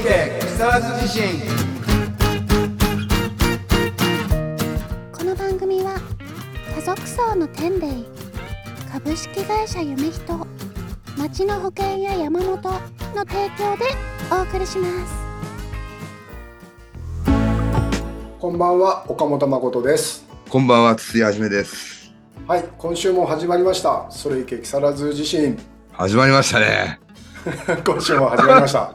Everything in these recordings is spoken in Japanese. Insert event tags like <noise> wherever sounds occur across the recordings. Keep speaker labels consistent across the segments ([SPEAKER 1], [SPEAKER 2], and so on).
[SPEAKER 1] サーズ地震
[SPEAKER 2] この番組は家族層の天霊株式会社夢人町の保険や山本の提供でお送りします
[SPEAKER 3] こんばんは、岡本誠です。
[SPEAKER 1] こんばんは筒井はじめです
[SPEAKER 3] はい、今週も始まりました。それいけ木更津地震。 <laughs>
[SPEAKER 1] 始まりましたね
[SPEAKER 3] 今週も始まり
[SPEAKER 1] <laughs>
[SPEAKER 3] ました。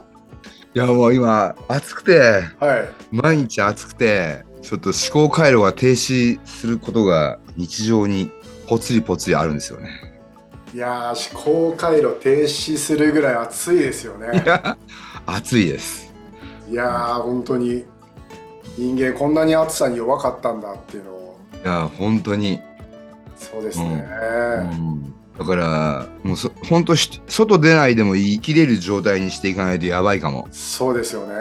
[SPEAKER 1] いやもう今暑くて
[SPEAKER 3] はい、
[SPEAKER 1] 毎日暑くてちょっと思考回路が停止することが日常にぽつりぽつりあるんですよね
[SPEAKER 3] いやー、思考回路停止するぐらい暑いですよね
[SPEAKER 1] い。や暑いです
[SPEAKER 3] いやー、本当に。人間こんなに暑さに弱かったんだっていうのを。
[SPEAKER 1] いや本当に、
[SPEAKER 3] そうですね。
[SPEAKER 1] うんだからもうそ本当し外出ないでも生きれる状態にしていかないとやばいかも
[SPEAKER 3] そうですよね。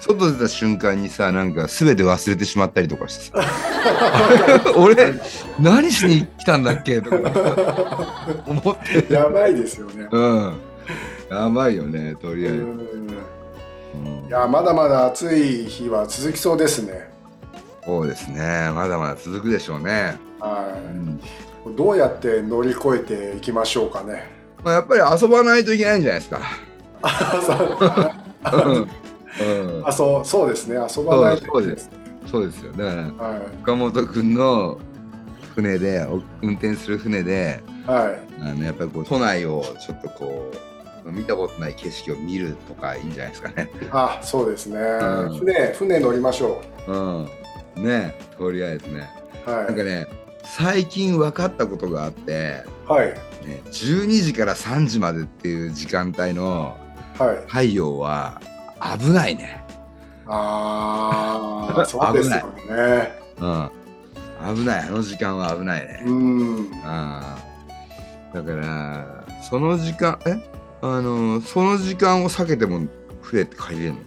[SPEAKER 1] 外出た瞬間にさなんか全て忘れてしまったりとかして
[SPEAKER 3] <laughs>
[SPEAKER 1] さ俺何しに来たんだっけとか思ってる
[SPEAKER 3] やばいですよね。
[SPEAKER 1] うんやばいよねとりあ
[SPEAKER 3] う
[SPEAKER 1] えず、
[SPEAKER 3] ん
[SPEAKER 1] うん
[SPEAKER 3] いやー、まだまだ暑い日は続きそうですね。
[SPEAKER 1] そうですねまだまだ続くでしょうね、う
[SPEAKER 3] は
[SPEAKER 1] ん
[SPEAKER 3] い。どうやって乗り越えていきましょうかね。
[SPEAKER 1] <laughs> まあ、やっぱり遊ばないといけないんじゃないですかうんうん
[SPEAKER 3] あそうそうですね遊ばないと
[SPEAKER 1] そうですそうですよだから
[SPEAKER 3] は
[SPEAKER 1] 岡本君の船でお運転する船で
[SPEAKER 3] い、はい、
[SPEAKER 1] あのやっぱりこう都内をちょっとこう見たことない景色を見るとかいいんじゃないですかね。
[SPEAKER 3] あそうですね、
[SPEAKER 1] うん
[SPEAKER 3] 船船乗りましょ
[SPEAKER 1] うん、ねとりあえずね。
[SPEAKER 3] うは
[SPEAKER 1] なんか
[SPEAKER 3] い、
[SPEAKER 1] ね最近分かったことがあって、
[SPEAKER 3] はい
[SPEAKER 1] ね、12時から3時までっていう時間帯の
[SPEAKER 3] はい
[SPEAKER 1] 太陽は危ないね。
[SPEAKER 3] ああそうですよね
[SPEAKER 1] うん、危ないあの時間は危ないね。
[SPEAKER 3] うん
[SPEAKER 1] ああだからその時間えあのその時間を避けても船って帰れんの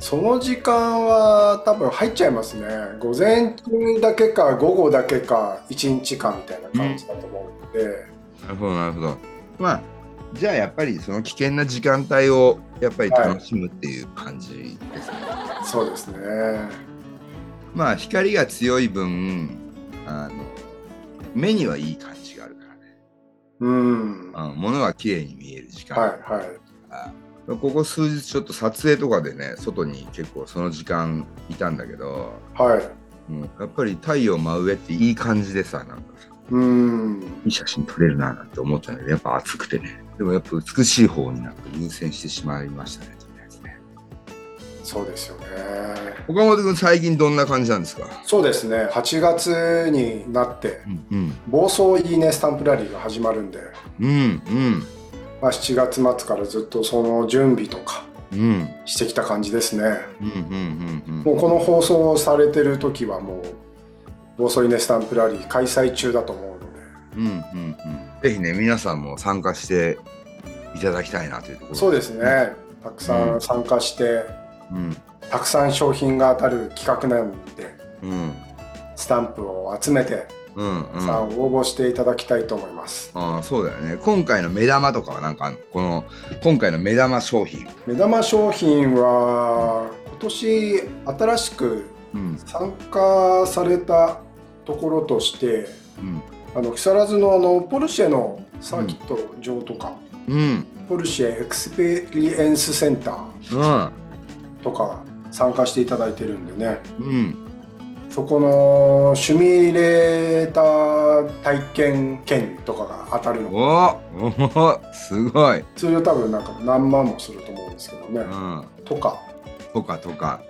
[SPEAKER 3] その時間は多分入っちゃいますね午前中だけか午後だけか1日かみたいな感じだと思うので、
[SPEAKER 1] なるほどなるほどまあじゃあやっぱりその危険な時間帯をやっぱり楽しむっていう感じですね、
[SPEAKER 3] そうですね
[SPEAKER 1] まあ光が強い分あの目にはいい感じがあるからね
[SPEAKER 3] うんは
[SPEAKER 1] あの物が綺麗に見える時
[SPEAKER 3] い
[SPEAKER 1] 間、
[SPEAKER 3] はい
[SPEAKER 1] ここ数日ちょっと撮影とかでね外に結構その時間いたんだけど
[SPEAKER 3] はい
[SPEAKER 1] もうやっぱり太陽真上っていい感じでさなんかさ
[SPEAKER 3] うん
[SPEAKER 1] いい写真撮れるななんて思ったんだけどやっぱ暑くてねでもやっぱ美しい方になんか優先してしまいましたねとりあえずね
[SPEAKER 3] そうですよね
[SPEAKER 1] 岡本君最近どんな感じなんですか
[SPEAKER 3] そうですね8月になって
[SPEAKER 1] うんうん
[SPEAKER 3] 暴走いいねスタンプラリーが始まるんで、
[SPEAKER 1] うん
[SPEAKER 3] まあ、7月末からずっとその準備とか
[SPEAKER 1] うんうん
[SPEAKER 3] してきた感じですね
[SPEAKER 1] うんうんうん
[SPEAKER 3] もうこの放送されてる時はもう暴走イネスタンプラリー開催中だと思うので
[SPEAKER 1] うんうんうんぜひね皆さんも参加していただきたいなというところ
[SPEAKER 3] そうですねたくさん参加して
[SPEAKER 1] うん
[SPEAKER 3] たくさん商品が当たる企画なんで
[SPEAKER 1] うん
[SPEAKER 3] スタンプを集めて
[SPEAKER 1] うんう
[SPEAKER 3] さあ
[SPEAKER 1] ん
[SPEAKER 3] 応募していただきたいと思います
[SPEAKER 1] ああそうだよね今回の目玉とかはなんかあんのこの今回の目玉商品
[SPEAKER 3] 目玉商品は今年新しく
[SPEAKER 1] うん
[SPEAKER 3] 参加されたところとして
[SPEAKER 1] うん
[SPEAKER 3] あの木更津のあのポルシェのサーキット場とか、
[SPEAKER 1] うん
[SPEAKER 3] ポルシェエクスペリエンスセンター
[SPEAKER 1] うん
[SPEAKER 3] とか参加していただいてるんでね
[SPEAKER 1] うん
[SPEAKER 3] そこのシュミレーター体験券とかが当たるの
[SPEAKER 1] おおすごい
[SPEAKER 3] 通常多分なんか何万もすると思うんですけどね、
[SPEAKER 1] うん
[SPEAKER 3] とか
[SPEAKER 1] とかとか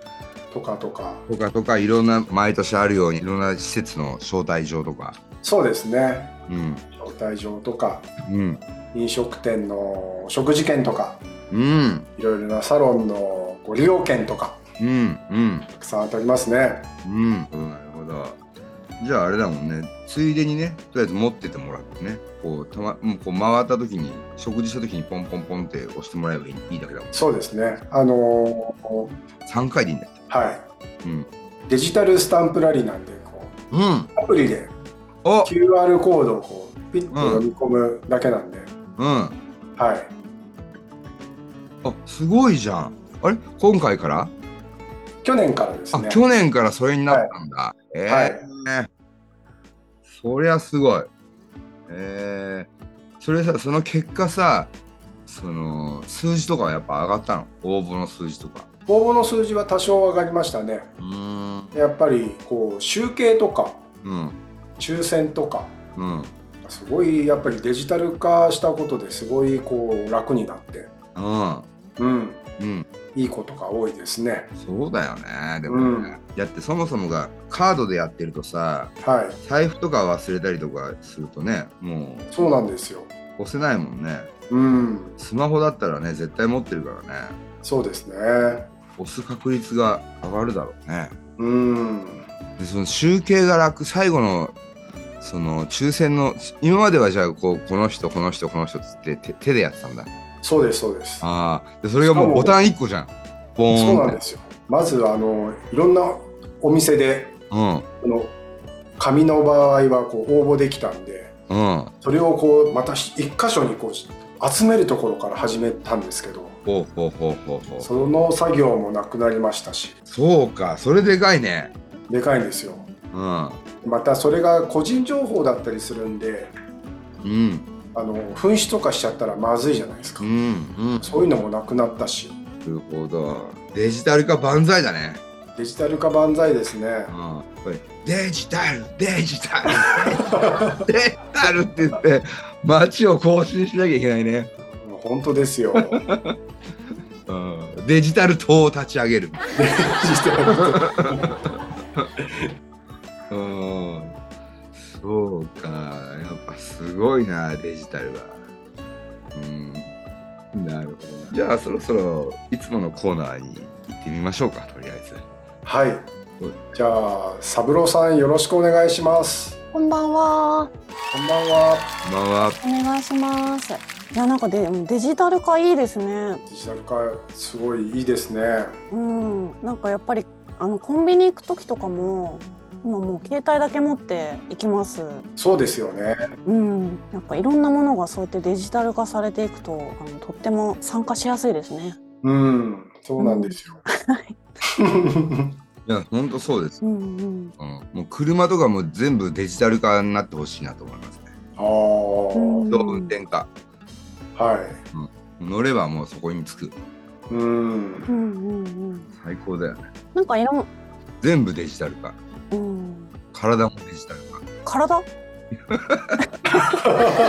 [SPEAKER 3] とかとか
[SPEAKER 1] とかとかいろんな毎年あるようにいろんな施設の招待状とか
[SPEAKER 3] そうですね
[SPEAKER 1] うん
[SPEAKER 3] 招待状とか
[SPEAKER 1] うん
[SPEAKER 3] 飲食店の食事券とか
[SPEAKER 1] うん
[SPEAKER 3] いろいろなサロンのご利用券とか
[SPEAKER 1] うんうん
[SPEAKER 3] たくさん当たりますね
[SPEAKER 1] うん、なるほどじゃああれだもんねついでにねとりあえず持っててもらってねこうたまもうこう回った時に食事した時にポンポンポンって押してもらえばいいいいだけだもん
[SPEAKER 3] そうですね。あのー
[SPEAKER 1] 3回でいいんだって
[SPEAKER 3] はい。
[SPEAKER 1] うん
[SPEAKER 3] デジタルスタンプラリーなんで、こ
[SPEAKER 1] うん
[SPEAKER 3] うアプリで
[SPEAKER 1] お
[SPEAKER 3] QR コードをこうピッと読み込むだけなんで、
[SPEAKER 1] うん
[SPEAKER 3] はい。
[SPEAKER 1] おあすごいじゃんあれ今回から、
[SPEAKER 3] 去年からです
[SPEAKER 1] あ
[SPEAKER 3] ね。
[SPEAKER 1] 去年からそれになったんだ、ええ
[SPEAKER 3] はい
[SPEAKER 1] そりゃすごいええそれさその結果さその数字とかはやっぱ上がったの応募の数字とか
[SPEAKER 3] 応募の数字は多少上がりましたね。
[SPEAKER 1] うーん
[SPEAKER 3] やっぱりこう集計とか
[SPEAKER 1] うん
[SPEAKER 3] 抽選とか
[SPEAKER 1] うん
[SPEAKER 3] すごいやっぱりデジタル化したことですごいこう楽になって、
[SPEAKER 1] うん
[SPEAKER 3] うん、
[SPEAKER 1] うん
[SPEAKER 3] いいことが多いですね。
[SPEAKER 1] そうだよねでもね、だってそもそもがカードでやってるとさ
[SPEAKER 3] はい、
[SPEAKER 1] 財布とか忘れたりとかするとねも
[SPEAKER 3] そうなんですよ。
[SPEAKER 1] う押せないもんね
[SPEAKER 3] うん、
[SPEAKER 1] スマホだったらね絶対持ってるからね
[SPEAKER 3] そうですね。
[SPEAKER 1] 押す確率が上がるだろうね
[SPEAKER 3] うん、
[SPEAKER 1] でその集計が楽最後のその抽選の今まではじゃあこうこの人この人この人っつって手手でやってたんだ
[SPEAKER 3] そうですそうです。
[SPEAKER 1] ああでそれがもうボタン1個じゃんボーン
[SPEAKER 3] そうなん
[SPEAKER 1] って
[SPEAKER 3] ですよ。まずあのいろんなお店でこの紙の場合はこう応募できたんで、
[SPEAKER 1] うんうん
[SPEAKER 3] それをこうまた一箇所にこう集めるところから始めたんですけど、
[SPEAKER 1] ほうほうほうほうほう
[SPEAKER 3] その作業もなくなりましたし、
[SPEAKER 1] そうかそれでかいね
[SPEAKER 3] でかいんですよ。
[SPEAKER 1] うん
[SPEAKER 3] またそれが個人情報だったりするんで、
[SPEAKER 1] うん
[SPEAKER 3] あの紛失とかしちゃったらまずいじゃないですか
[SPEAKER 1] う。んうん
[SPEAKER 3] そういうのもなくなったし、
[SPEAKER 1] なるほどデジタル化万歳だね
[SPEAKER 3] デジタル化万歳ですね
[SPEAKER 1] うん。やっぱりデジタルデジタル
[SPEAKER 3] <laughs>
[SPEAKER 1] デジタルって言って街を更新しなきゃいけないね
[SPEAKER 3] もう本当ですよ。 <laughs>
[SPEAKER 1] うんデジタル党を立ち上げる。うん、そうか、やっぱすごいな、デジタルは。うん、なるほど。じゃあ、そろそろいつものコーナーに行ってみましょうか、とりあえず。
[SPEAKER 3] はい。じゃあ三郎さんよろしくお願いします。
[SPEAKER 4] こんばんは。
[SPEAKER 3] こんばんは。
[SPEAKER 1] こんばんは。
[SPEAKER 4] お願いします。いや、なんかで、デジタル化いいですね。
[SPEAKER 3] デジタル化すごいいいですね。
[SPEAKER 4] うん、なんかやっぱり、あのコンビニ行く時とかも。今もう携帯だけ持って行きます。
[SPEAKER 3] そうですよね。
[SPEAKER 4] うん、なんかいろんなものがそうやってデジタル化されていくと、あのとっても参加しやすいですね。
[SPEAKER 3] うん、そうなんですよ。
[SPEAKER 1] いや、ほんとそうです。
[SPEAKER 4] うん、うん。
[SPEAKER 1] うん、もう車とかも全部デジタル化になってほしいなと思いますね。
[SPEAKER 3] <laughs> ああ、
[SPEAKER 4] うん
[SPEAKER 1] 自動運転化。
[SPEAKER 3] は
[SPEAKER 1] 乗ればもうそこに着く。
[SPEAKER 3] い。うん
[SPEAKER 4] う。ん、うん、うん。
[SPEAKER 1] 最高だよね。
[SPEAKER 4] なんかいろん、
[SPEAKER 1] 全部デジタル化。
[SPEAKER 4] うん。
[SPEAKER 1] 体もデジタル化。
[SPEAKER 4] <laughs> 体。なんか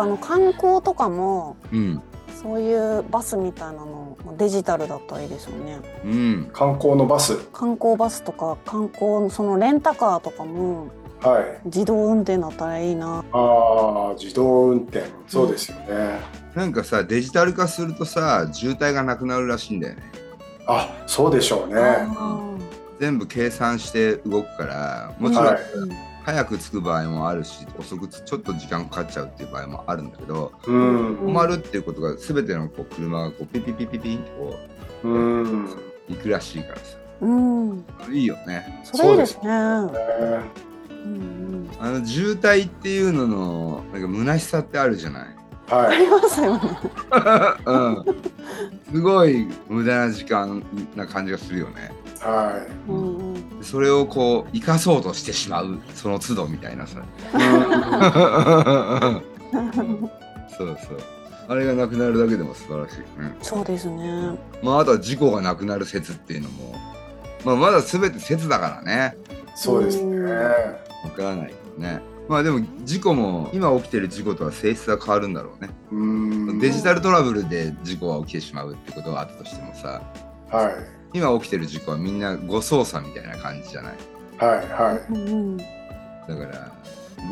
[SPEAKER 4] あの観光とかも。
[SPEAKER 1] うん。
[SPEAKER 4] そういうバスみたいなのもデジタルだったらいいですよね
[SPEAKER 1] うん。
[SPEAKER 3] 観光のバス。
[SPEAKER 4] 観光バスとか観光のそのレンタカーとかも
[SPEAKER 3] はい。
[SPEAKER 4] 自動運転だったらいいな
[SPEAKER 3] ああ、自動運転。そうですよね。
[SPEAKER 1] なんかさデジタル化するとさ渋滞がなくなるらしいんだよね
[SPEAKER 3] あ、そうでしょうね。は
[SPEAKER 4] あ
[SPEAKER 1] 全部計算して動くからもちろん
[SPEAKER 3] い。
[SPEAKER 4] ー
[SPEAKER 1] 早く着く場合もあるし遅くつちょっと時間かかっちゃうっていう場合もあるんだけど
[SPEAKER 3] うん。
[SPEAKER 1] 止まるっていうことが全てのこう車がこうピピピピピンってこ
[SPEAKER 3] うん。ね
[SPEAKER 1] う行くらしいからさ
[SPEAKER 4] うん、うん、
[SPEAKER 1] いいよね
[SPEAKER 4] それいいですねうんうん、
[SPEAKER 1] あの渋滞っていうののなんか虚しさってあるじゃ
[SPEAKER 3] <laughs>
[SPEAKER 1] ない
[SPEAKER 4] あ
[SPEAKER 3] はい。
[SPEAKER 4] りますよね
[SPEAKER 1] うんすごい無駄な時間な感じがするよね
[SPEAKER 3] は
[SPEAKER 4] うんうん
[SPEAKER 1] それをこう生かそうとしてしまうその都度みたいなさ
[SPEAKER 3] い。うん
[SPEAKER 1] <laughs> そうそう。あれがなくなるだけでも素晴らしいよね。
[SPEAKER 4] そうですね
[SPEAKER 1] まああとは事故がなくなる説っていうのも、まあまだ全て説だからね。
[SPEAKER 3] そうですね。
[SPEAKER 1] わからないよね。まあでも事故も今起きてる事故とは性質が変わるんだろうね。
[SPEAKER 3] うん。
[SPEAKER 1] デジタルトラブルで事故が起きてしまうってことはあったとしてもさ、
[SPEAKER 3] はい。
[SPEAKER 1] 今起きてる事故はみんな誤操作みたいな感じじゃない。
[SPEAKER 3] はい。は
[SPEAKER 4] うんうん
[SPEAKER 1] だから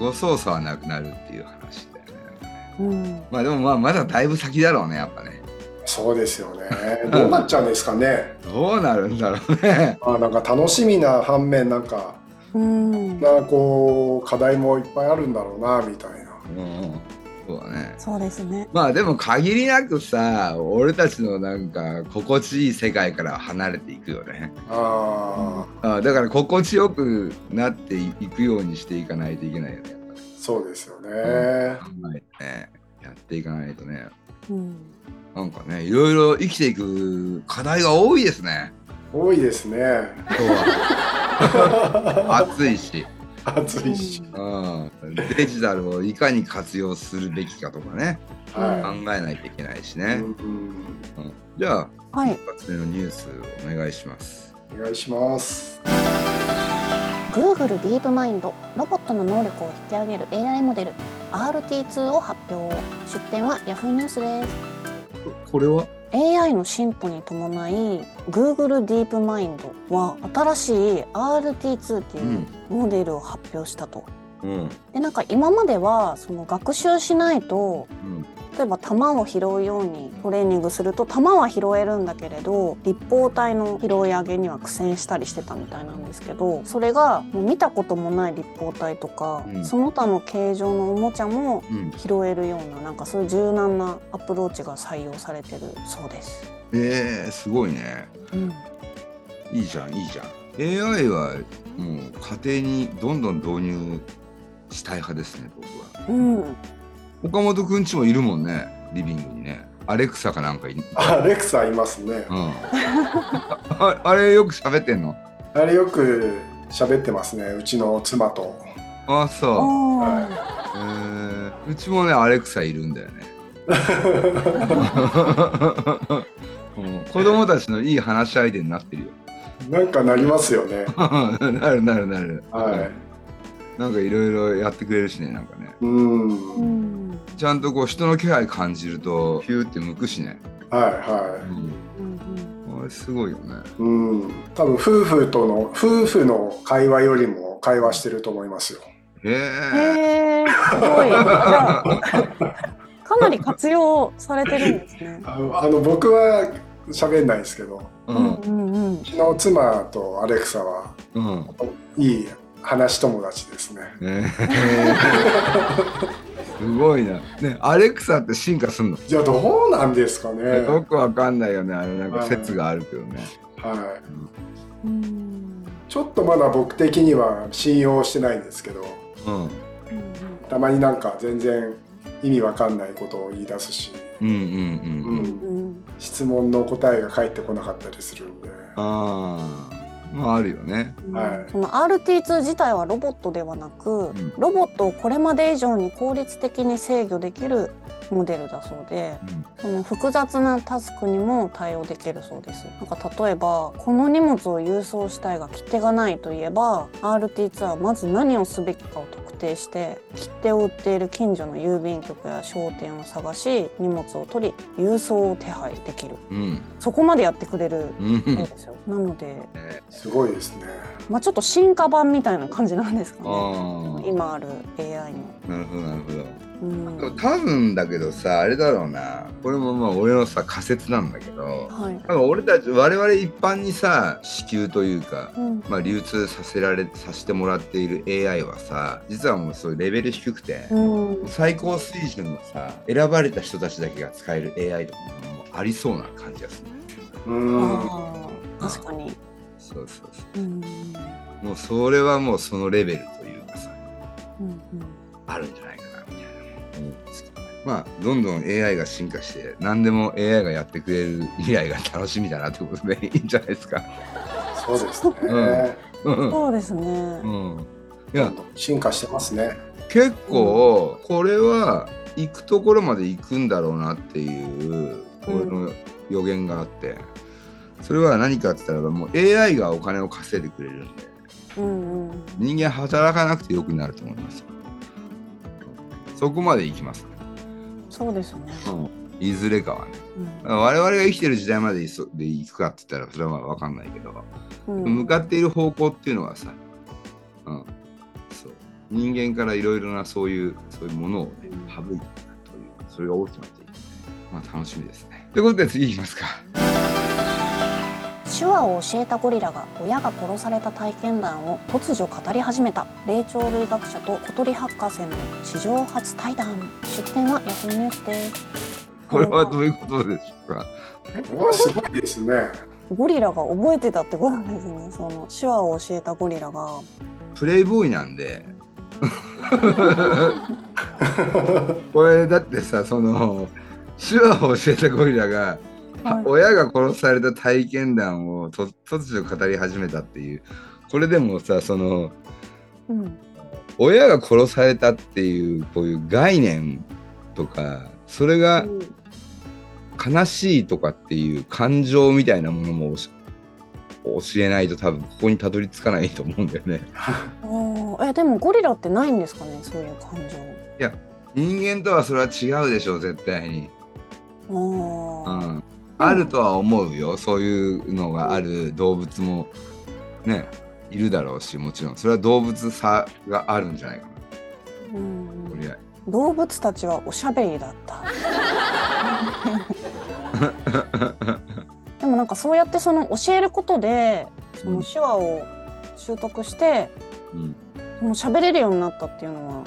[SPEAKER 1] 誤操作はなくなるっていう話だよね。
[SPEAKER 4] うん
[SPEAKER 1] まあでもまあまだだいぶ先だろうねやっぱね。
[SPEAKER 3] い。そうですよね。どうなっちゃうんですか <laughs> ね。
[SPEAKER 1] どうなるんだろうね。
[SPEAKER 3] まあ、なんか楽しみな反面、なんか。
[SPEAKER 4] うん
[SPEAKER 3] なこう課題もいっぱいあるんだろうなみたいな。
[SPEAKER 1] うん、そうだね。
[SPEAKER 4] そうですね
[SPEAKER 1] まあでも限りなくさ、俺たちのなんか心地いい世界から離れていくよね。
[SPEAKER 3] ああ、
[SPEAKER 1] あだから心地よくなっていくようにしていかないといけないよね。やっぱり
[SPEAKER 3] そうですよね。
[SPEAKER 1] 考えてね、やっていかないとね。
[SPEAKER 4] うん
[SPEAKER 1] なんかねいろいろ生きていく課題が多いですね
[SPEAKER 3] 多いですね
[SPEAKER 1] 今日は暑いし、
[SPEAKER 3] 暑いし、
[SPEAKER 1] うん、デジタルをいかに活用するべきかとかね考
[SPEAKER 3] は
[SPEAKER 1] えないといけないし
[SPEAKER 3] い、
[SPEAKER 1] ね
[SPEAKER 3] う、ん
[SPEAKER 1] うんじゃあ
[SPEAKER 4] はい
[SPEAKER 1] 一発目のニュースお願いします
[SPEAKER 3] うんお願いします
[SPEAKER 4] Google ディープマインドロボットの能力を引き上げる AI モデル RT2 を発表出展は Yahoo ニュースです
[SPEAKER 1] これは
[SPEAKER 4] AI の進歩に伴い Google ディープマインドは新しい RT2 って
[SPEAKER 1] う
[SPEAKER 4] いうんモデルを発表したと。
[SPEAKER 1] うん
[SPEAKER 4] でなんか今まではその学習しないと
[SPEAKER 1] うん
[SPEAKER 4] 例えば球を拾うようにトレーニングすると球は拾えるんだけれど立方体の拾い上げには苦戦したりしてたみたいなんですけどそれがもう見たこともない立方体とか、
[SPEAKER 1] うん
[SPEAKER 4] その他の形状のおもちゃも
[SPEAKER 1] うん
[SPEAKER 4] 拾えるようななんかそういう柔軟なアプローチが採用されてるそうです。
[SPEAKER 1] えー、すごいね
[SPEAKER 4] うん
[SPEAKER 1] いいじゃんいいじゃん AI はもう家庭にどんどん導入したい派ですね僕は
[SPEAKER 4] うん、
[SPEAKER 1] 岡本くんちもいるもんねリビングにねアレクサかなんかいる
[SPEAKER 3] アレクサいますね
[SPEAKER 1] うんああれよく喋ってんの
[SPEAKER 3] あれよく喋ってますねうちの妻と
[SPEAKER 1] あ
[SPEAKER 4] あ
[SPEAKER 1] そう
[SPEAKER 4] ー
[SPEAKER 1] えーうちもねアレクサいるんだよ
[SPEAKER 3] <laughs>
[SPEAKER 1] ねうん子供たちのいい話し相手になってるよ <laughs>
[SPEAKER 3] なんかなりますよね
[SPEAKER 1] なるなるなる、
[SPEAKER 3] は
[SPEAKER 1] なんかいろいろやってくれるしねなんかね
[SPEAKER 3] いう
[SPEAKER 4] う
[SPEAKER 3] んはい
[SPEAKER 4] ん
[SPEAKER 1] ちゃんとこう人の気配感じるとヒューって向くしね、
[SPEAKER 3] は
[SPEAKER 4] うん
[SPEAKER 1] あれすごいよね
[SPEAKER 3] いうん多分夫婦との夫婦の会話よりも会話してると思いますよ
[SPEAKER 1] へ
[SPEAKER 4] うん
[SPEAKER 1] え
[SPEAKER 4] へえすごいじゃあかなり活用されてるんですね。
[SPEAKER 3] あのあの僕は喋んないですけど
[SPEAKER 1] う
[SPEAKER 4] うん
[SPEAKER 1] ん
[SPEAKER 4] うんうん
[SPEAKER 3] うちの妻とアレクサは
[SPEAKER 1] うん
[SPEAKER 3] いい話友達ですね
[SPEAKER 1] へーすごいなねアレクサって進化すんの、
[SPEAKER 3] いやどうなんですかね
[SPEAKER 1] よくわかんないよねあれなんか説があるけどね、
[SPEAKER 3] はい
[SPEAKER 4] うん
[SPEAKER 3] ちょっとまだ僕的には信用してないんですけど
[SPEAKER 1] うん
[SPEAKER 3] たまになんか全然意味わかんないことを言い出すし、
[SPEAKER 1] うんうんうん
[SPEAKER 3] う、
[SPEAKER 1] うん
[SPEAKER 4] うんん
[SPEAKER 3] 質問の答えが返ってこなかったりするんで
[SPEAKER 1] ああまああるよね
[SPEAKER 4] うん
[SPEAKER 3] はい
[SPEAKER 4] その RT2 自体はロボットではなく、
[SPEAKER 1] ん
[SPEAKER 4] ロボットをこれまで以上に効率的に制御できるモデルだそうでその複雑なタスクにも対応できるそうですなんか例えばこの荷物を郵送したいが切手がないといえば RT2 はまず何をすべきかを特定して切手を売っている近所の郵便局や商店を探し荷物を取り郵送を手配できる
[SPEAKER 1] うん
[SPEAKER 4] そこまでやってくれる
[SPEAKER 1] うん、 <laughs>
[SPEAKER 4] そうですよなので
[SPEAKER 3] すごいですね
[SPEAKER 4] まあ、ちょっと進化版みたいな感じなんですか
[SPEAKER 1] あ
[SPEAKER 4] ね
[SPEAKER 1] あ
[SPEAKER 4] 今ある AI
[SPEAKER 1] な
[SPEAKER 4] の、
[SPEAKER 1] るほどなるほど
[SPEAKER 4] うん
[SPEAKER 1] でも多分だけどさあれだろうなこれもまあ俺のさ仮説なんだけど
[SPEAKER 4] はい、
[SPEAKER 1] 多分俺たち我々一般にさ支給というか、
[SPEAKER 4] うん
[SPEAKER 1] まあ、流通させられさせてもらっている AI はさ実はもうそういうレベル低くて、
[SPEAKER 4] うん、
[SPEAKER 1] 最高水準のさ選ばれた人たちだけが使える AI とかもありそうな感じがするね
[SPEAKER 3] うん
[SPEAKER 4] あー確かに、
[SPEAKER 1] そうそうそ
[SPEAKER 4] うん
[SPEAKER 1] うもうそれはもうそのレベルというかさ
[SPEAKER 4] うん
[SPEAKER 1] あるんじゃないかなみたいな思うんですけどねまあどんどん AI が進化して何でも AI がやってくれる未来が楽しみだなってことでいいんじゃないですか
[SPEAKER 3] そうですね、
[SPEAKER 1] うん
[SPEAKER 4] うん、
[SPEAKER 1] う
[SPEAKER 4] そうですね、
[SPEAKER 1] ん、うん、い
[SPEAKER 3] ど
[SPEAKER 1] や
[SPEAKER 3] んどん進化してますね
[SPEAKER 1] 結構これは行くところまで行くんだろうなっていう俺の予言があってそれは何かって言ったらもう AI がお金を稼いでくれるんで
[SPEAKER 4] うんうん
[SPEAKER 1] 人間働かなくてよくなると思いますそこまで行きます、
[SPEAKER 4] そうですね、
[SPEAKER 1] いずれかはね
[SPEAKER 4] うん
[SPEAKER 1] 我々が生きてる時代までいそで行くかって言ったらそれはまあ分かんないけど
[SPEAKER 4] うん
[SPEAKER 1] 向かっている方向っていうのはさ、うん、そう人間からいろいろなそういうそういうものを、ね、省いていくというそれが大きくなっていく、まあ、楽しみですね。ということで次いきますか。
[SPEAKER 4] 手話を教えたゴリラが親が殺された体験談を突如語り始めた霊長類学者と小鳥博士の史上初対談出展は Yahoo ニュースです
[SPEAKER 1] これはどういうことでしょうか。
[SPEAKER 3] うわすごいですね <laughs>
[SPEAKER 4] ゴリラが覚えてたってことですねその手話を教えたゴリラが
[SPEAKER 1] プレイボーイなんで。これだってさその手話を教えたゴリラが、
[SPEAKER 4] はい
[SPEAKER 1] 親が殺された体験談をと突如語り始めたっていうこれでもさその
[SPEAKER 4] うん
[SPEAKER 1] 親が殺されたっていうこういう概念とかそれが悲しいとかっていう感情みたいなものも教教えないと多分ここにたどり着かないと思うんだよね。
[SPEAKER 4] ああえでもゴリラってないんですかねそういう感情
[SPEAKER 1] 人間とはそれは違うでしょ絶対に。う
[SPEAKER 4] ああ
[SPEAKER 1] ん、あるとは思うよそういうのがある動物もねいるだろうしもちろんそれは動物差があるんじゃないかな
[SPEAKER 4] うん
[SPEAKER 1] とりあ
[SPEAKER 4] 動物たちはおしゃべりだった <laughs> でもなんかそうやってその教えることでそ
[SPEAKER 1] うん
[SPEAKER 4] の手話を習得して、
[SPEAKER 1] えず。うん
[SPEAKER 4] もう喋れるようになったっていうのは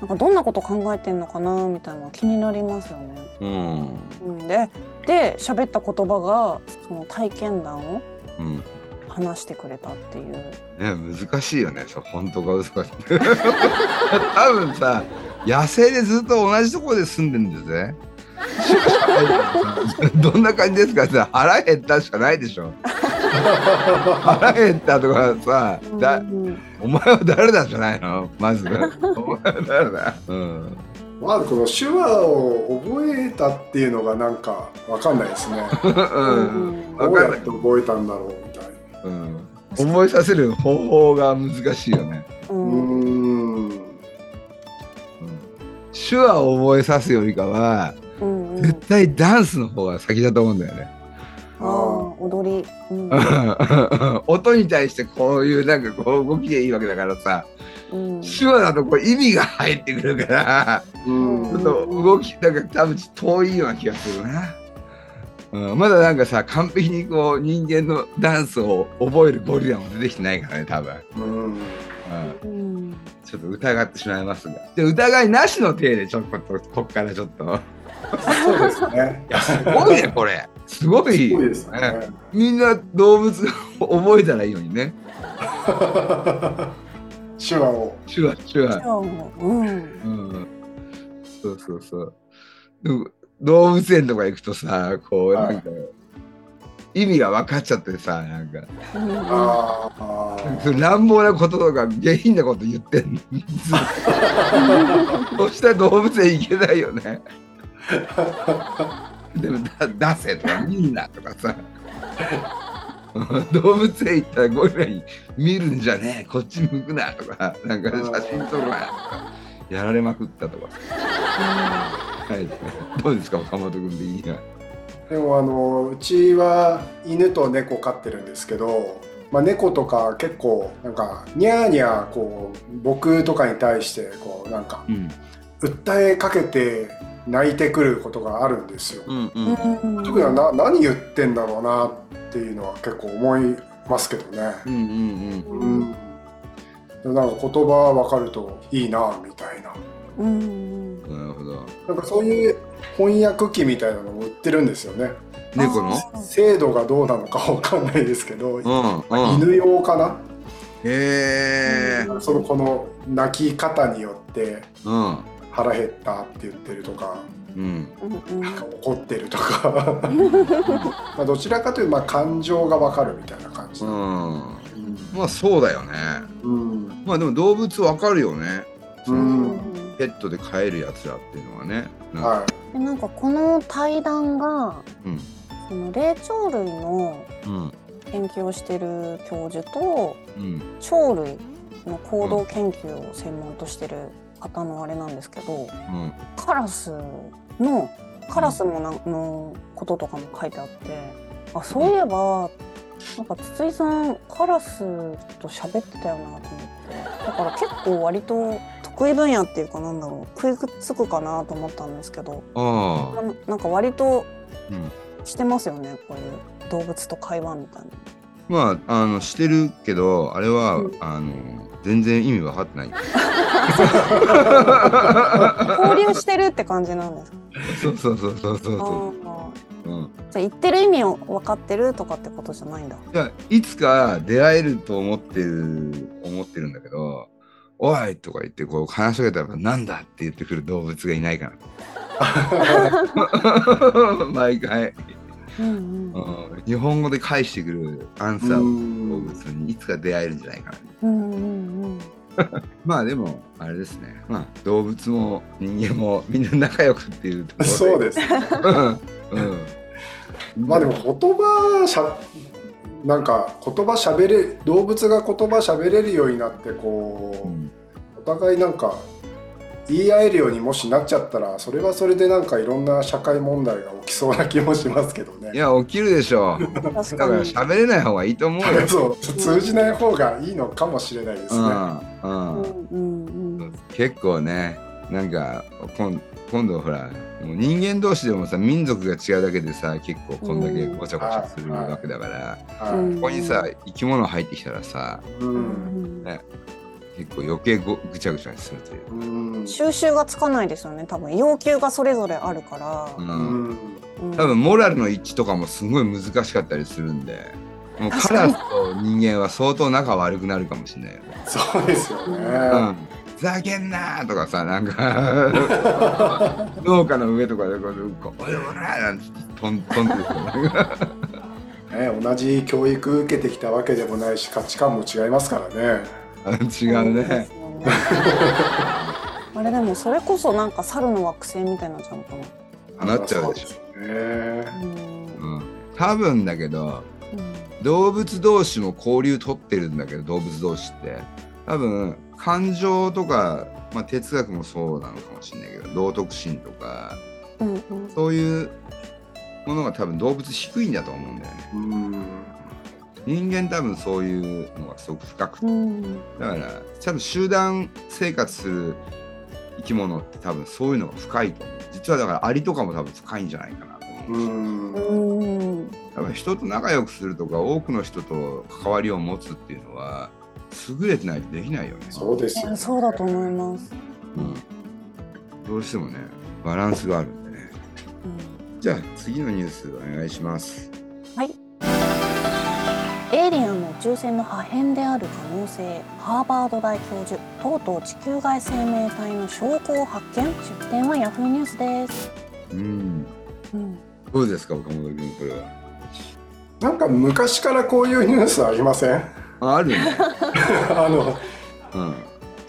[SPEAKER 4] なんかどんなこと考えてんのかなみたいなのが気になりますよね。
[SPEAKER 1] うん
[SPEAKER 4] うん、でで喋った言葉がその体験談を
[SPEAKER 1] うん
[SPEAKER 4] 話してくれたっていう。
[SPEAKER 1] ね、難しいよね、そう本当か嘘か。 <laughs> 多分さ、野生でずっと同じところで住んでるんですね。どんな感じですかさ、腹減ったしかないでしょ。腹減ったとかさ、だ
[SPEAKER 4] うん
[SPEAKER 1] お前は誰だじゃないのまず。お前は誰だうん。
[SPEAKER 3] まあこの手話を覚えたっていうのがなんかわかんない <laughs> ですね
[SPEAKER 1] うん。
[SPEAKER 3] ど
[SPEAKER 1] わ
[SPEAKER 3] う
[SPEAKER 1] か
[SPEAKER 3] や
[SPEAKER 1] ん
[SPEAKER 3] っ
[SPEAKER 1] ない
[SPEAKER 3] て。覚えたんだろうみたいな
[SPEAKER 1] うん。思いさせる方法が難しいよね。
[SPEAKER 3] う
[SPEAKER 4] うん
[SPEAKER 3] ー
[SPEAKER 1] う
[SPEAKER 3] ん
[SPEAKER 1] ん、手話を覚えさすよりかは、
[SPEAKER 4] うんうん
[SPEAKER 1] 絶対ダンスの方が先だと思うんだよね。
[SPEAKER 4] ああ踊り、うん
[SPEAKER 1] 音に対してこういうなんかこう動きでいいわけだからさ
[SPEAKER 4] うん、
[SPEAKER 1] 手話だとこう意味が入ってくるから
[SPEAKER 3] うん
[SPEAKER 1] ちょっと動きなんか多分遠いような気がするな、うん、まだなんかさ完璧にこう人間のダンスを覚えるゴリラも出てきてないからね多分、
[SPEAKER 3] うん
[SPEAKER 1] うん、
[SPEAKER 4] うん
[SPEAKER 1] ちょっと疑ってしまいますがじゃあ疑いなしの体でちょっとこっからちょっと
[SPEAKER 3] そうですね
[SPEAKER 1] いやすごいねこれすごい
[SPEAKER 3] す <laughs> ごいですね
[SPEAKER 1] みんな動物が覚えたらいいのにね
[SPEAKER 3] <laughs> 手話を
[SPEAKER 1] 手話手話
[SPEAKER 4] じゃあもううん
[SPEAKER 1] うんそうそうそう。でも動物園とか行くとさ、こう、
[SPEAKER 3] はい
[SPEAKER 1] なんか、意味が分かっちゃってさ、なんか、
[SPEAKER 4] うん
[SPEAKER 3] あーあ <laughs> ー
[SPEAKER 1] その乱暴なこととか下品なこと言ってんの。そしたら動物園行けないよね。でもだ出せとか見んなとかさ。動物園行ったらゴリラに見るんじゃねえこっち向くなとかなんか写真撮るなとかやられまくったとかはい、どうですか、岡本君的には。
[SPEAKER 3] でもあのうちは犬と猫飼ってるんですけど、まあ、猫とか結構なんかニャーニャーこう僕とかに対してこうなんか
[SPEAKER 1] うん、
[SPEAKER 3] 訴えかけて泣いてくることがあるんですよ。
[SPEAKER 1] うん、う
[SPEAKER 4] うん
[SPEAKER 3] 特にな何言ってんだろうなっていうのは結構思いますけどね。
[SPEAKER 1] ん、うん、
[SPEAKER 3] うん、でもなんか言葉わかるといいなみたいな。
[SPEAKER 4] うん
[SPEAKER 1] うん、なるほど。
[SPEAKER 3] なんかそういう翻訳機みたいなのも売ってるんですよね。
[SPEAKER 1] 猫の。
[SPEAKER 3] 精度がどうなのかわかんないですけど、
[SPEAKER 1] うん、うん。
[SPEAKER 3] 犬用かな、
[SPEAKER 1] へえ。
[SPEAKER 3] そのこの泣き方によって
[SPEAKER 1] うん、
[SPEAKER 3] 腹減ったって言ってるとか
[SPEAKER 1] うん、
[SPEAKER 4] うんうん
[SPEAKER 3] なんか怒ってる
[SPEAKER 1] <laughs>
[SPEAKER 3] とかまあどちらかというとまあ感情がわかるみたいな感じ、
[SPEAKER 1] うん。
[SPEAKER 3] うん
[SPEAKER 1] まあ、そうだよね。
[SPEAKER 3] うん
[SPEAKER 1] まあ、でも、動物わかるよね。
[SPEAKER 3] うん
[SPEAKER 1] ペットで飼えるやつらっていうのはね。なんか
[SPEAKER 3] は
[SPEAKER 4] でなんかこの対談が
[SPEAKER 1] うん、
[SPEAKER 4] その霊長類の
[SPEAKER 1] うん、
[SPEAKER 4] 研究をしてる教授と
[SPEAKER 1] うん、
[SPEAKER 4] 鳥類の行動研究を専門としてる方のあれなんですけど
[SPEAKER 1] うん。
[SPEAKER 4] カラスのカラスもなのこととかも書いてあってあそういえばなんか筒井さんカラスと喋ってたよなと思ってだから結構割と得意分野っていうかなんだろう食いつくかなと思ったんですけど
[SPEAKER 1] ああ。
[SPEAKER 4] ななんか割と
[SPEAKER 1] うん
[SPEAKER 4] してますよねこういう動物と会話みたいな。
[SPEAKER 1] まあ、あの、してるけど、あれは
[SPEAKER 4] う、
[SPEAKER 1] あの、全然意味わかってない。
[SPEAKER 4] 交流してるって感じなんですか。
[SPEAKER 1] そうそうそうそうそう
[SPEAKER 4] あ
[SPEAKER 1] そ
[SPEAKER 4] ー
[SPEAKER 1] う。うん。
[SPEAKER 4] じゃあ言ってる意味を分かってるとかってことじゃないんだ。
[SPEAKER 1] いやいつか出会えると思ってる思ってるんだけど「おい!」とか言ってこう話しかけたら「なんだ?」って言ってくる動物がいないから
[SPEAKER 3] <laughs>
[SPEAKER 1] 毎回、
[SPEAKER 4] うんう
[SPEAKER 1] う
[SPEAKER 4] ん
[SPEAKER 1] ん日本語で返してくるアンサ
[SPEAKER 3] う
[SPEAKER 1] ーを動
[SPEAKER 3] ん
[SPEAKER 1] 物にいつか出会えるんじゃないかな
[SPEAKER 4] うんうんうん
[SPEAKER 1] まあでもあれですねまあ動物も人間もみんな仲良くっていうところ
[SPEAKER 3] そうですすね。
[SPEAKER 1] うん
[SPEAKER 3] まあでも言葉しゃなんか言葉しゃべれ動物が言葉しゃべれるようになってこう、
[SPEAKER 1] うん
[SPEAKER 3] お互いなんか言い合えるようにもしなっちゃったらそれはそれでなんかいろんな社会問題が起きそうな気もしますけど
[SPEAKER 1] い
[SPEAKER 3] ね。
[SPEAKER 1] や起きるでし
[SPEAKER 3] <laughs>
[SPEAKER 1] ょう
[SPEAKER 4] 確
[SPEAKER 1] だか
[SPEAKER 4] か
[SPEAKER 1] ら
[SPEAKER 4] に。
[SPEAKER 1] 喋れない方がいいと思うよ、
[SPEAKER 3] そう通じない方がいいのかもしれないです
[SPEAKER 1] う
[SPEAKER 3] ね。
[SPEAKER 1] ん
[SPEAKER 4] う
[SPEAKER 1] うん、
[SPEAKER 4] んうんうん。
[SPEAKER 1] 結構ねなんかこん今度ほらもう人間同士でもさ民族が違うだけでさ結構こんだけごちゃごちゃするわけだから、
[SPEAKER 3] はい
[SPEAKER 4] うん
[SPEAKER 1] ここにさ生き物入ってきたらさ
[SPEAKER 3] う
[SPEAKER 4] うんん
[SPEAKER 1] ね結構余計ごぐちゃぐちゃにするという、
[SPEAKER 3] うん
[SPEAKER 4] 収集がつかないですよね多分要求がそれぞれあるから、
[SPEAKER 1] うん
[SPEAKER 3] うん
[SPEAKER 4] うん
[SPEAKER 1] 多分モラルの一致とかもすごい難しかったりするんでもうカラスと人間は相当仲悪くなるかもしれないよね。
[SPEAKER 3] そうですよ
[SPEAKER 1] う
[SPEAKER 3] ね。
[SPEAKER 1] んふざけんなーとかさなんか <laughs> 農家の上とかでこうこうおいおら!」なんて飛ん飛んでるなんか
[SPEAKER 3] ね同じ教育受けてきたわけでもないし価値観も違いますからね。
[SPEAKER 1] 違うね。
[SPEAKER 4] そうですよねあれでもそれこそなんか猿の惑星みたいなのじゃんかな
[SPEAKER 1] なっちゃうでしょ。
[SPEAKER 3] そうですね。
[SPEAKER 4] うん
[SPEAKER 1] うん、多分だけど動物同士も交流取ってるんだけど動物同士って多分感情とか、まあ、哲学もそうなのかもしれないけど道徳心とか
[SPEAKER 4] うんうん
[SPEAKER 1] そういうものが多分動物低いんだと思うんだよね。
[SPEAKER 3] うん
[SPEAKER 1] 人間多分そういうのがすごく深くて
[SPEAKER 4] うん
[SPEAKER 1] だから多分集団生活する生き物って多分そういうのが深いと思う。実はだからアリとかも多分深いんじゃないかなと思う。
[SPEAKER 3] うん
[SPEAKER 4] うん
[SPEAKER 1] 多分人と仲良くするとか多くの人と関わりを持つっていうのは優れてないとできないよね。
[SPEAKER 3] そうです
[SPEAKER 4] い
[SPEAKER 3] よ、ね。
[SPEAKER 4] やそうだと思います、
[SPEAKER 1] うん、どうしてもねバランスがあるんでね。
[SPEAKER 4] うん
[SPEAKER 1] じゃあ次のニュースお願いします。
[SPEAKER 4] エイリアンの宇宙船の破片である可能性ハーバード大教授とうとう地球外生命体の証拠を発見出典はヤフーニュースです、
[SPEAKER 1] うん、
[SPEAKER 4] うん、
[SPEAKER 1] どうですか岡本君これは。
[SPEAKER 3] なんか昔からこういうニュースありません <laughs>
[SPEAKER 1] ああるね。
[SPEAKER 3] あの
[SPEAKER 1] うん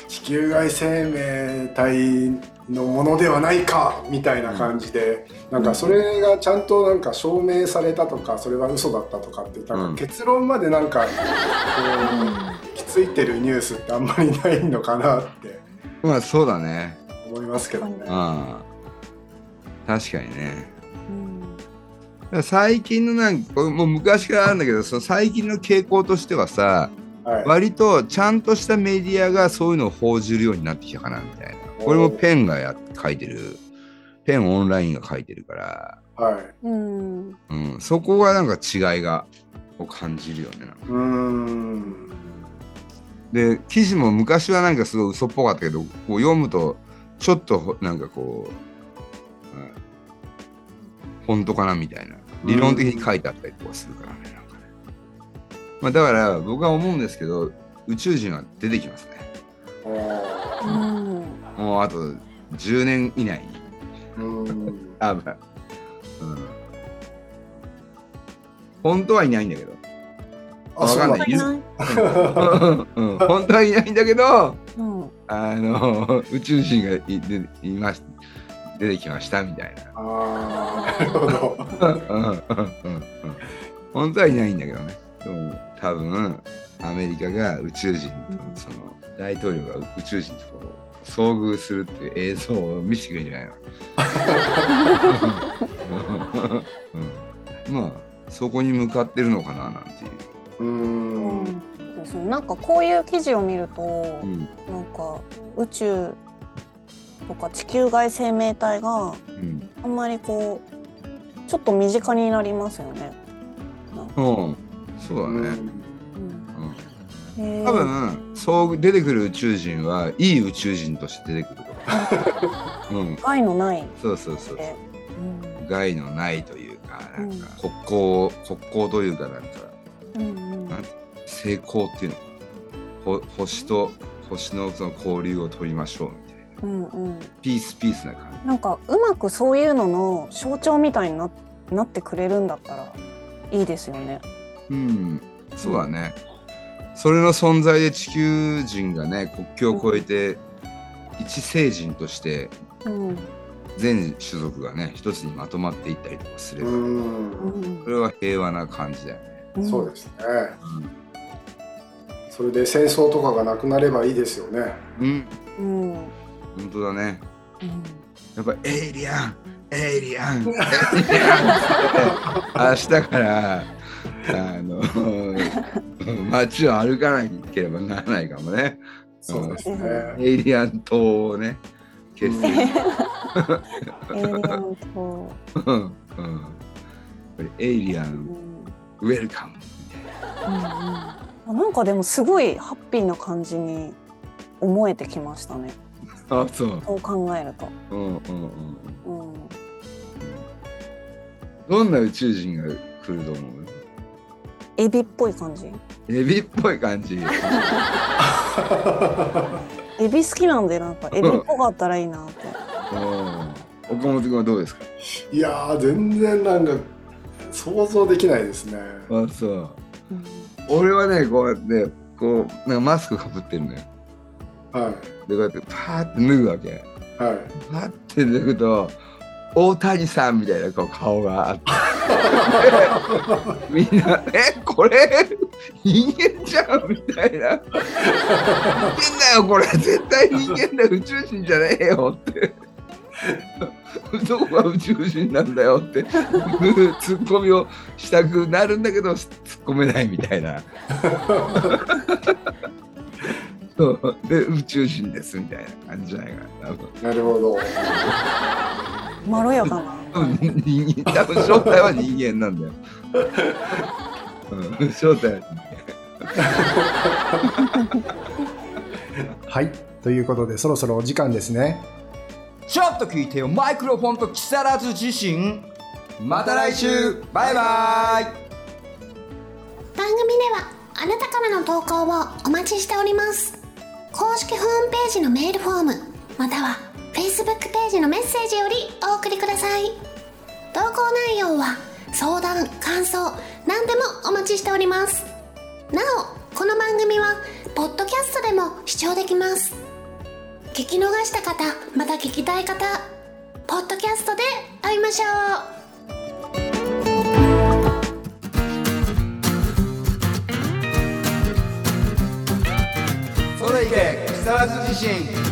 [SPEAKER 3] 地球外生命体のものではないかみたいな感じで、なんかそれがちゃんとなんか証明されたとかそれは嘘だったとかってな
[SPEAKER 1] うんん
[SPEAKER 3] か結論までなんか、こうきついてるニュースってあんまりないのかなって
[SPEAKER 1] まあそうだね。
[SPEAKER 3] 思いますけどね。
[SPEAKER 1] ああ確かにね。
[SPEAKER 4] うん
[SPEAKER 1] だから最近のなんかこれもう昔からあるんだけどその最近の傾向としてはさ
[SPEAKER 3] はい、
[SPEAKER 1] 割とちゃんとしたメディアがそういうのを報じるようになってきたかなみたいな。これもペンがや書いてるペンオンラインが書いてるから、
[SPEAKER 3] はい、
[SPEAKER 4] うん
[SPEAKER 1] うん、そこがなんか違いがを感じるよねなんか
[SPEAKER 3] うーん
[SPEAKER 1] で記事も昔はなんかすごい嘘っぽかったけどこう読むとちょっとほなんかこう、うん、本当かなみたいな理論的に書いてあったりとかするからねなんかね、まあ、だから僕は思うんですけど宇宙人は出てきますね
[SPEAKER 3] おー
[SPEAKER 4] うん
[SPEAKER 1] もうあと10年以内に
[SPEAKER 3] うーん
[SPEAKER 1] 多分、うん、本当はいないんだけど
[SPEAKER 3] あ
[SPEAKER 1] わ
[SPEAKER 3] そう
[SPEAKER 1] かん
[SPEAKER 3] な
[SPEAKER 1] ない
[SPEAKER 3] んだ
[SPEAKER 4] 足りない
[SPEAKER 1] うん本当はいないんだけど
[SPEAKER 4] うん
[SPEAKER 1] あの宇宙人がいでいまし出てきましたみたい
[SPEAKER 3] <laughs> あーなるほど。
[SPEAKER 1] な、うんうんうんうん本当はいないんだけどねでも多分アメリカが宇宙人とその大統領が宇宙人とこう遭遇するっていう映像を見せてくれるんじゃないのうんまあそこに向かってるのかななんていう。
[SPEAKER 3] うーん
[SPEAKER 4] そうですねなんかこういう記事を見ると、
[SPEAKER 1] うん
[SPEAKER 4] なんか宇宙とか地球外生命体が
[SPEAKER 1] うん
[SPEAKER 4] あんまりこうちょっと身近になりますよね。
[SPEAKER 1] うん、そうだ
[SPEAKER 3] う
[SPEAKER 1] ね。うん、
[SPEAKER 4] うん
[SPEAKER 3] ん
[SPEAKER 4] へー
[SPEAKER 1] 多分、そう出てくる宇宙人はいい宇宙人として出てくると思う。うん、
[SPEAKER 4] 害のない
[SPEAKER 1] そうそうそう。
[SPEAKER 4] で、
[SPEAKER 1] 害のないというか、なんか
[SPEAKER 4] う
[SPEAKER 1] 国交を国交というかなんか
[SPEAKER 4] うんうんうん
[SPEAKER 1] 成功っていうの。ほ星と星のその交流を取りましょうみたいな
[SPEAKER 4] うんうん、
[SPEAKER 1] ピースピースな感じ
[SPEAKER 4] なんかうまくそういうのの象徴みたいにななってくれるんだったらいいですよね。
[SPEAKER 1] うんそうだねそれの存在で地球人がね国境を越えて一星人として
[SPEAKER 4] うん
[SPEAKER 1] 全種族がね一つにまとまっていったりとかすれば
[SPEAKER 3] うん、
[SPEAKER 1] それは平和な感じだよね、
[SPEAKER 4] うん、
[SPEAKER 3] そうですね。それで戦争とかがなくなればいいですよね。
[SPEAKER 1] うん
[SPEAKER 4] うんうん
[SPEAKER 1] 本当だね
[SPEAKER 4] うん
[SPEAKER 1] やっぱエイリアンエイリ <laughs> アンエイリアン明日からあの街を歩かなければならないかもね
[SPEAKER 3] そうですね。
[SPEAKER 1] エイリアン島をね結成
[SPEAKER 4] エイリアンと、
[SPEAKER 1] うんうんやっぱりエイリア
[SPEAKER 4] うん
[SPEAKER 1] ン
[SPEAKER 4] うん
[SPEAKER 1] ウェルカム
[SPEAKER 4] なんかでもすごいハッピーな感じに思えてきましたね
[SPEAKER 1] あそう
[SPEAKER 4] そう考えると。
[SPEAKER 1] うんうんうん
[SPEAKER 4] うん
[SPEAKER 1] どんな宇宙人が来ると思う
[SPEAKER 4] エビっぽい感じ
[SPEAKER 1] エビっぽい感じ
[SPEAKER 4] エビ好きなんでなんかエビっぽかったらいいなって
[SPEAKER 1] うん岡本君はどうですか
[SPEAKER 3] いやー全然なんか想像できないですね。
[SPEAKER 1] あそう
[SPEAKER 4] うん
[SPEAKER 1] 俺はねこうやってこうなんかマスクかぶってるのよ
[SPEAKER 3] は
[SPEAKER 1] でこうやってパーって脱ぐわけ
[SPEAKER 3] いはい。
[SPEAKER 1] パーって脱ぐと大谷さんみたいなこう顔があってみんな「えこれ人間じゃん」みたいな「人間だよこれ絶対人間だよ宇宙人じゃねえよ」って。どこが宇宙人なんだよっていうツッコミをしたくなるんだけど突っ込めないみたいなそうで宇宙人ですみたいな感じじゃないかな多分
[SPEAKER 3] なるほど。
[SPEAKER 4] まろやかな
[SPEAKER 1] 多分 <laughs> 人間多分正体は人間なんだよ。うん、正体は人間
[SPEAKER 5] はいということでそろそろお時間ですね
[SPEAKER 6] ちょっと聞いてよマイクロフォンと木更津自身また来週バイバイ
[SPEAKER 2] 番組ではあなたからの投稿をお待ちしております公式ホームページのメールフォームまたは Facebook ページのメッセージよりお送りください投稿内容は相談感想何でもお待ちしておりますなおこの番組はポッドキャストでも視聴できます聞き逃した方また聞きたい方ポッドキャストで会いましょう
[SPEAKER 6] それいけ木更津自身